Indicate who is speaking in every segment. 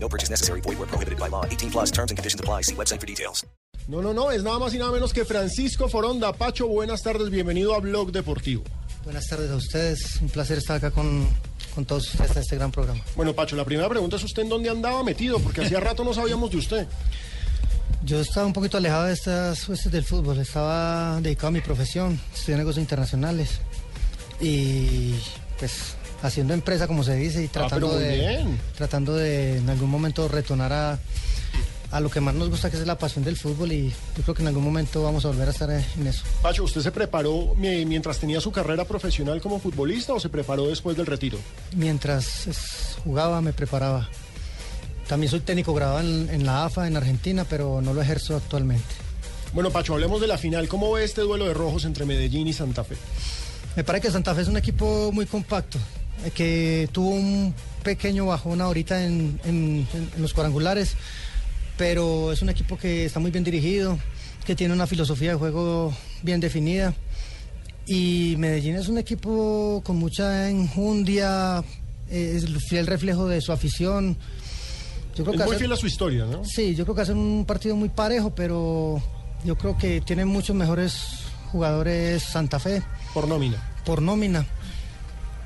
Speaker 1: No purchase necessary. Void where prohibited by law. 18 plus terms and conditions apply. See website for details.
Speaker 2: No, no, no, es nada más y nada menos que Francisco Foronda. Pacho, buenas tardes, bienvenido a Blog Deportivo.
Speaker 3: Buenas tardes a ustedes, un placer estar acá con, con todos ustedes en este gran programa.
Speaker 2: Bueno, Pacho, la primera pregunta es usted en dónde andaba metido, porque hacía rato no sabíamos de usted.
Speaker 3: Yo estaba un poquito alejado de estas cuestiones del fútbol, estaba dedicado a mi profesión, estudié negocios internacionales y pues haciendo empresa como se dice y tratando
Speaker 2: Ah, pero muy
Speaker 3: de
Speaker 2: bien.
Speaker 3: tratando de en algún momento retornar a, a lo que más nos gusta que es la pasión del fútbol y yo creo que en algún momento vamos a volver a estar eh, en eso.
Speaker 2: Pacho, ¿usted se preparó mi- mientras tenía su carrera profesional como futbolista o se preparó después del retiro?
Speaker 3: Mientras es, jugaba, me preparaba. También soy técnico grabado en, en la AFA, en Argentina, pero no lo ejerzo actualmente.
Speaker 2: Bueno, Pacho, hablemos de la final. ¿Cómo ve este duelo de rojos entre Medellín y Santa Fe?
Speaker 3: Me parece que Santa Fe es un equipo muy compacto, eh, que tuvo un pequeño bajón ahorita en, en- en- en los cuadrangulares, pero es un equipo que está muy bien dirigido, que tiene una filosofía de juego bien definida. Y Medellín es un equipo con mucha enjundia, eh, es el fiel reflejo de su afición. Yo creo
Speaker 2: Es
Speaker 3: que
Speaker 2: muy
Speaker 3: hace-
Speaker 2: fiel a su historia, ¿no?
Speaker 3: Sí, yo creo que hacen un partido muy parejo, pero yo creo que tienen muchos mejores jugadores Santa Fe
Speaker 2: Por nómina.
Speaker 3: por nómina.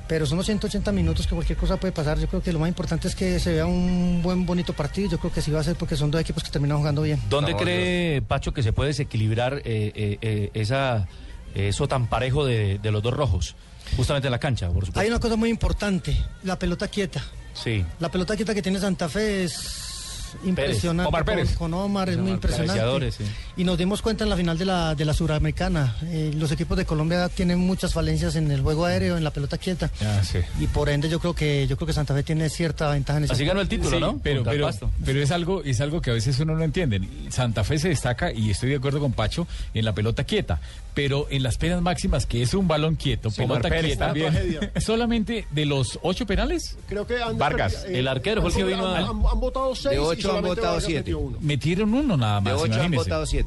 Speaker 3: Pero son los 180 minutos que cualquier cosa puede pasar. Yo creo que lo más importante es que se vea un buen, bonito partido. Yo creo que sí va a ser porque son dos equipos que terminan jugando bien.
Speaker 4: ¿Dónde cree Pacho que se puede desequilibrar eh, eh, eh, esa, eso tan parejo de, de los dos rojos? Justamente en la cancha, por supuesto.
Speaker 3: Hay una cosa muy importante, la pelota quieta.
Speaker 4: Sí.
Speaker 3: La pelota quieta que tiene Santa Fe es impresionante.
Speaker 4: Omar
Speaker 3: con-
Speaker 4: Pérez.
Speaker 3: Con, Omar es muy
Speaker 4: Omar Pérez.
Speaker 3: impresionante.
Speaker 4: Cabeceadores, sí.
Speaker 3: Y nos dimos cuenta en la final de la, de la Suramericana. Eh, los equipos de Colombia tienen muchas falencias en el juego aéreo, en la pelota quieta.
Speaker 5: Ah,
Speaker 3: Y por ende yo creo que yo creo que Santa Fe tiene cierta ventaja en ese
Speaker 4: Así ganó el título,
Speaker 5: Sí,
Speaker 4: ¿no?
Speaker 5: Pero,
Speaker 4: Contra el
Speaker 5: pero,
Speaker 4: Pasto.
Speaker 5: pero es algo, es algo que a veces uno no entiende. Santa Fe se destaca, y estoy de acuerdo con Pacho, en la pelota quieta. Pero en las penas máximas, que es un balón quieto, pelota
Speaker 2: Pérez
Speaker 5: quieta,
Speaker 2: también. tragedia.
Speaker 5: solamente de los ocho penales,
Speaker 2: Creo que han- eh,
Speaker 6: Vargas,
Speaker 4: el arquero, fue el que
Speaker 2: han-
Speaker 4: vino a-
Speaker 2: han, han, votado seis.
Speaker 6: De ocho
Speaker 2: y
Speaker 6: han
Speaker 2: solamente
Speaker 6: votado
Speaker 2: Vargas
Speaker 6: siete.
Speaker 2: metió uno.
Speaker 5: metieron uno
Speaker 6: De
Speaker 5: nada más.
Speaker 6: 8 han
Speaker 5: imagínese.
Speaker 6: votado 7.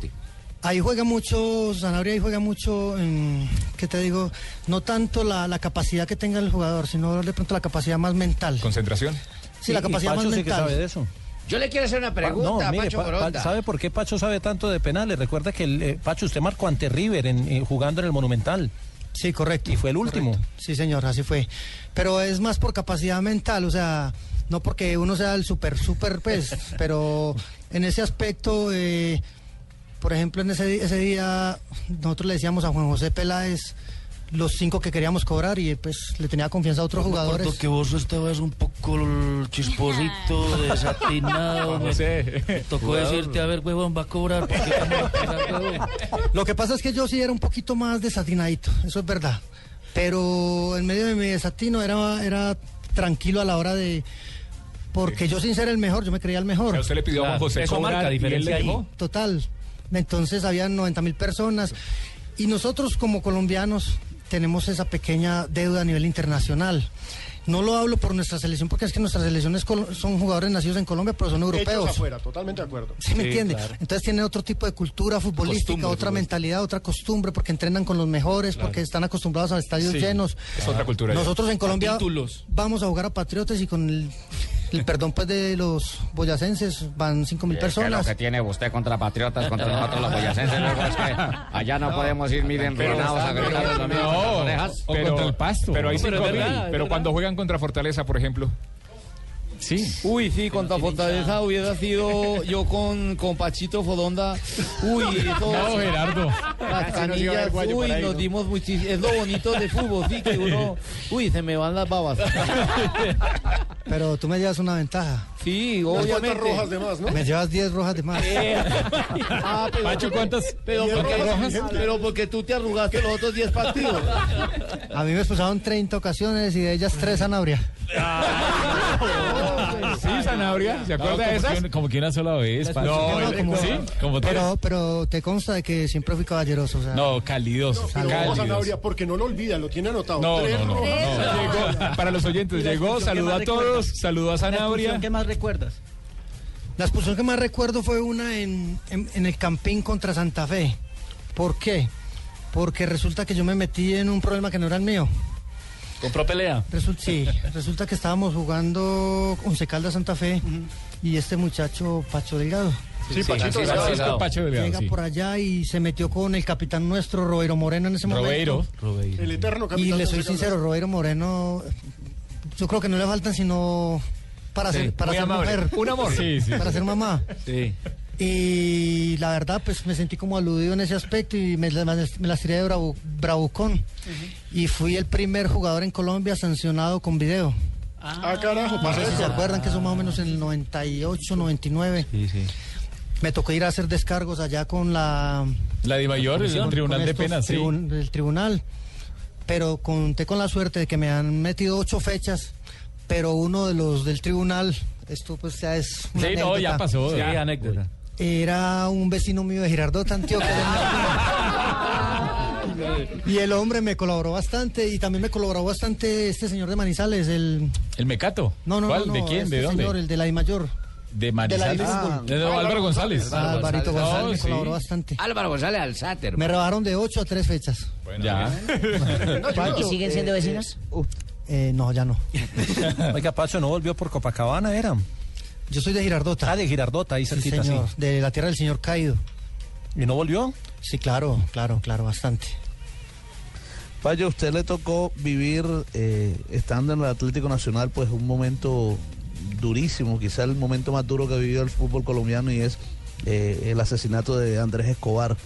Speaker 3: Ahí juega mucho, Sanabria, ahí juega mucho, en, ¿qué te digo? No tanto la, la capacidad que tenga el jugador, sino de pronto la capacidad más mental.
Speaker 5: Concentración.
Speaker 3: Sí, la capacidad más mental.
Speaker 7: eso.
Speaker 6: Yo le quiero hacer una
Speaker 7: Pa-
Speaker 6: pregunta a
Speaker 7: mire,
Speaker 6: Pacho
Speaker 7: Pa- Pa-
Speaker 6: Coronda.
Speaker 7: ¿sabe por qué Pacho sabe tanto de penales? Recuerda que el, eh, Pacho usted marcó ante River en, eh, jugando en el Monumental.
Speaker 3: Sí, correcto.
Speaker 7: Y fue el último.
Speaker 3: Correcto. Sí, señor, así fue. Pero es más por capacidad mental, o sea, no porque uno sea el super, super pez, pero en ese aspecto, eh, por ejemplo, en ese, di- ese día nosotros le decíamos a Juan José Peláez los cinco que queríamos cobrar y eh, pues le tenía confianza a otros jugadores.
Speaker 8: Recuerdo que vos estabas un poco chisposito, desatinado. me- me tocó decirte, a ver, huevón, va a cobrar. Porque vamos a empezar, huevón.
Speaker 3: Lo que pasa es que yo sí era un poquito más desatinadito, eso es verdad. Pero en medio de mi desatino era, era tranquilo a la hora de... Porque yo sin ser el mejor, yo me creía el
Speaker 5: O
Speaker 3: mejor.
Speaker 5: sea, usted le pidió a Juan
Speaker 4: Claro,
Speaker 5: José
Speaker 4: eso
Speaker 5: cobrar
Speaker 4: marca
Speaker 5: y él
Speaker 4: diferencia
Speaker 5: le
Speaker 4: ahí.
Speaker 5: dejó.
Speaker 3: Total. Entonces había 90 mil personas. Y nosotros como colombianos tenemos esa pequeña deuda a nivel internacional. No lo hablo por nuestra selección, porque es que nuestras selecciones col- son jugadores nacidos en Colombia, pero son
Speaker 2: Hechos
Speaker 3: europeos.
Speaker 2: afuera, totalmente de acuerdo.
Speaker 3: ¿Sí me entiende? Entonces tienen otro tipo de cultura futbolística,
Speaker 4: Costumbre,
Speaker 3: otra
Speaker 4: supuesto.
Speaker 3: mentalidad, otra costumbre, porque entrenan con los mejores, porque están acostumbrados a estadios llenos.
Speaker 5: Es otra cultura. ya.
Speaker 3: Nosotros en Colombia
Speaker 4: títulos.
Speaker 3: vamos a jugar a Patriotas y con el, el perdón pues de los boyacenses van 5 mil personas.
Speaker 6: tiene usted contra patriotas, contra nosotros los boyacenses? Luego es que allá no, podemos ir, miren, ronados a gritar los
Speaker 5: No, o contra el pasto. Pero ahí
Speaker 4: No, pero
Speaker 5: cinco
Speaker 4: es
Speaker 5: mil.
Speaker 4: verdad, es
Speaker 5: Pero
Speaker 4: verdad.
Speaker 5: cuando juegan contra Fortaleza, por ejemplo. Sí.
Speaker 9: Uy, sí, contra Fortaleza hubiera sido yo con, con Pachito Fodonda. Uy, eso,
Speaker 5: No, Gerardo.
Speaker 9: las canillas, uy, nos dimos muchísimo. Es lo bonito de fútbol, sí, que uno, uy, se me van las babas.
Speaker 3: Pero tú me llevas una ventaja.
Speaker 9: Sí,
Speaker 2: Las cuantas
Speaker 9: obviamente.
Speaker 2: rojas de más, ¿no?
Speaker 3: Me llevas 10 rojas de más.
Speaker 9: Ah, pero,
Speaker 5: Pacho, ¿cuántas?
Speaker 9: pero,
Speaker 2: ¿cuántas
Speaker 9: porque,
Speaker 2: rojas?
Speaker 9: pero porque tú te arrugaste los otros 10 partidos.
Speaker 3: A mí me expulsaron 30 ocasiones y de ellas 3 Sanabria.
Speaker 5: Sí, Sanabria, ¿se acuerda de esas? como que una sola vez. Pacho.
Speaker 3: No,
Speaker 5: No,
Speaker 3: como-
Speaker 5: ¿sí? Como tres.
Speaker 3: pero, pero te consta de que siempre fui caballeroso. O sea,
Speaker 5: No, calidoso.
Speaker 2: Pero ojo,
Speaker 5: cálidos.
Speaker 2: Sanabria, porque no lo olvida, lo tiene anotado.
Speaker 5: No,
Speaker 2: Tres
Speaker 5: no, no, no.
Speaker 2: rojas.
Speaker 5: Llegó, para los oyentes, llegó, saludó a todos, saludó a Sanabria.
Speaker 9: ¿Qué más recuerdas?
Speaker 3: La expulsión que más recuerdo fue una en, en- en el Campín contra Santa Fe. ¿Por qué? Porque resulta que yo me metí en un problema que no era el mío.
Speaker 4: Compró pelea.
Speaker 3: Resulta, sí, resulta que estábamos jugando Once Caldas Santa Fe y este muchacho Pacho Delgado
Speaker 2: Sí, Pachito.
Speaker 4: Francisco
Speaker 2: Delgado.
Speaker 4: Delgado.
Speaker 5: Pacho Delgado,
Speaker 3: llega
Speaker 5: sí.
Speaker 3: por allá y se metió con el capitán nuestro, Roberto Moreno, en ese
Speaker 5: Robeiro.
Speaker 3: momento.
Speaker 2: El eterno capitán.
Speaker 3: Y
Speaker 2: de
Speaker 3: le soy
Speaker 2: Once Caldas.
Speaker 3: sincero, Roberto Moreno, yo creo que no le faltan sino para
Speaker 4: Sí,
Speaker 3: ser, para
Speaker 4: muy
Speaker 3: ser
Speaker 4: amable.
Speaker 3: mujer,
Speaker 5: Un amor. Sí, sí.
Speaker 3: para ser mamá.
Speaker 4: Sí.
Speaker 3: Y la verdad, pues me sentí como aludido en ese aspecto y me, la- me las tiré de bravu- bravucón. Y fui el primer jugador en Colombia sancionado con video.
Speaker 2: Ah, carajo,
Speaker 3: No sé
Speaker 2: para
Speaker 3: si se acuerdan que eso más o menos en el 98, 99.
Speaker 4: Sí, sí.
Speaker 3: Me tocó ir a hacer descargos allá con la...
Speaker 5: La de Mayor,
Speaker 3: con-
Speaker 5: el
Speaker 3: con
Speaker 5: tribunal de
Speaker 3: estos
Speaker 5: penas, sí.
Speaker 3: tribun- El tribunal. Pero conté con la suerte de que me han metido ocho fechas, pero uno de los del tribunal, esto pues ya es... una
Speaker 5: Sí, no, ya
Speaker 3: anécdota.
Speaker 5: pasó.
Speaker 4: Sí,
Speaker 5: ya.
Speaker 4: anécdota.
Speaker 3: Era un vecino mío de Girardota, Antioquia. y el hombre me colaboró bastante y también me colaboró bastante este señor de Manizales, el...
Speaker 5: El Mecato.
Speaker 3: No, no,
Speaker 5: ¿Cuál?
Speaker 3: no, no,
Speaker 5: ¿De quién?
Speaker 3: este
Speaker 5: ¿De dónde?
Speaker 3: señor, el de la I mayor.
Speaker 5: De Manizales.
Speaker 3: de la
Speaker 5: Ah,
Speaker 3: Liverpool.
Speaker 5: de don Álvaro González.
Speaker 3: Ah, Alvarito
Speaker 5: No,
Speaker 3: González me
Speaker 5: sí.
Speaker 3: colaboró bastante.
Speaker 6: Álvaro González Alzáter.
Speaker 3: Me rebajaron de 8 a 3 fechas.
Speaker 5: Ya.
Speaker 3: Pacho,
Speaker 10: ¿Y siguen siendo vecinos?
Speaker 3: eh, no, ya no.
Speaker 7: Oiga, Pacho no volvió por Copacabana, era.
Speaker 3: Yo soy de Girardota.
Speaker 7: Ah, de Girardota, ahí
Speaker 3: Sí,
Speaker 7: cerquita, sí.
Speaker 3: señor, De la tierra del señor caído.
Speaker 7: ¿Y no volvió?
Speaker 3: Sí, claro, claro, claro, bastante.
Speaker 10: Payo, usted le tocó vivir eh, estando en el Atlético Nacional, pues un momento durísimo, quizá el momento más duro que ha vivido el fútbol colombiano y es eh, el asesinato de Andrés Escobar.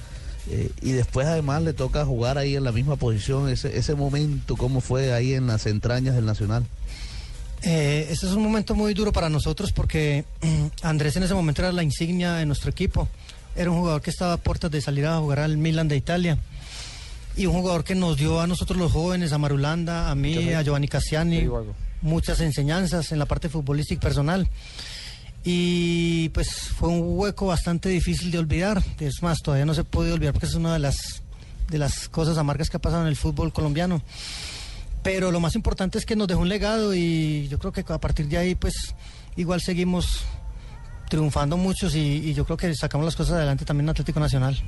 Speaker 10: Eh, y después además le toca jugar ahí en la misma posición, ese, ese momento, cómo fue ahí en las entrañas del Nacional.
Speaker 3: Eh, este es un momento muy duro para nosotros porque mm, Andrés en ese momento era la insignia de nuestro equipo. Era un jugador que estaba a puertas de salir a jugar al Milan de Italia. Y un jugador que nos dio a nosotros los jóvenes, a Marulanda, a mí, a Giovanni Cassiani, muchas enseñanzas en la parte futbolística y personal. Y pues fue un hueco bastante difícil de olvidar. Es más, todavía no se puede olvidar porque es una de las, de las cosas amargas que ha pasado en el fútbol colombiano pero lo más importante es que nos dejó un legado y yo creo que a partir de ahí pues igual seguimos triunfando muchos y, y yo creo que sacamos las cosas adelante también en Atlético Nacional.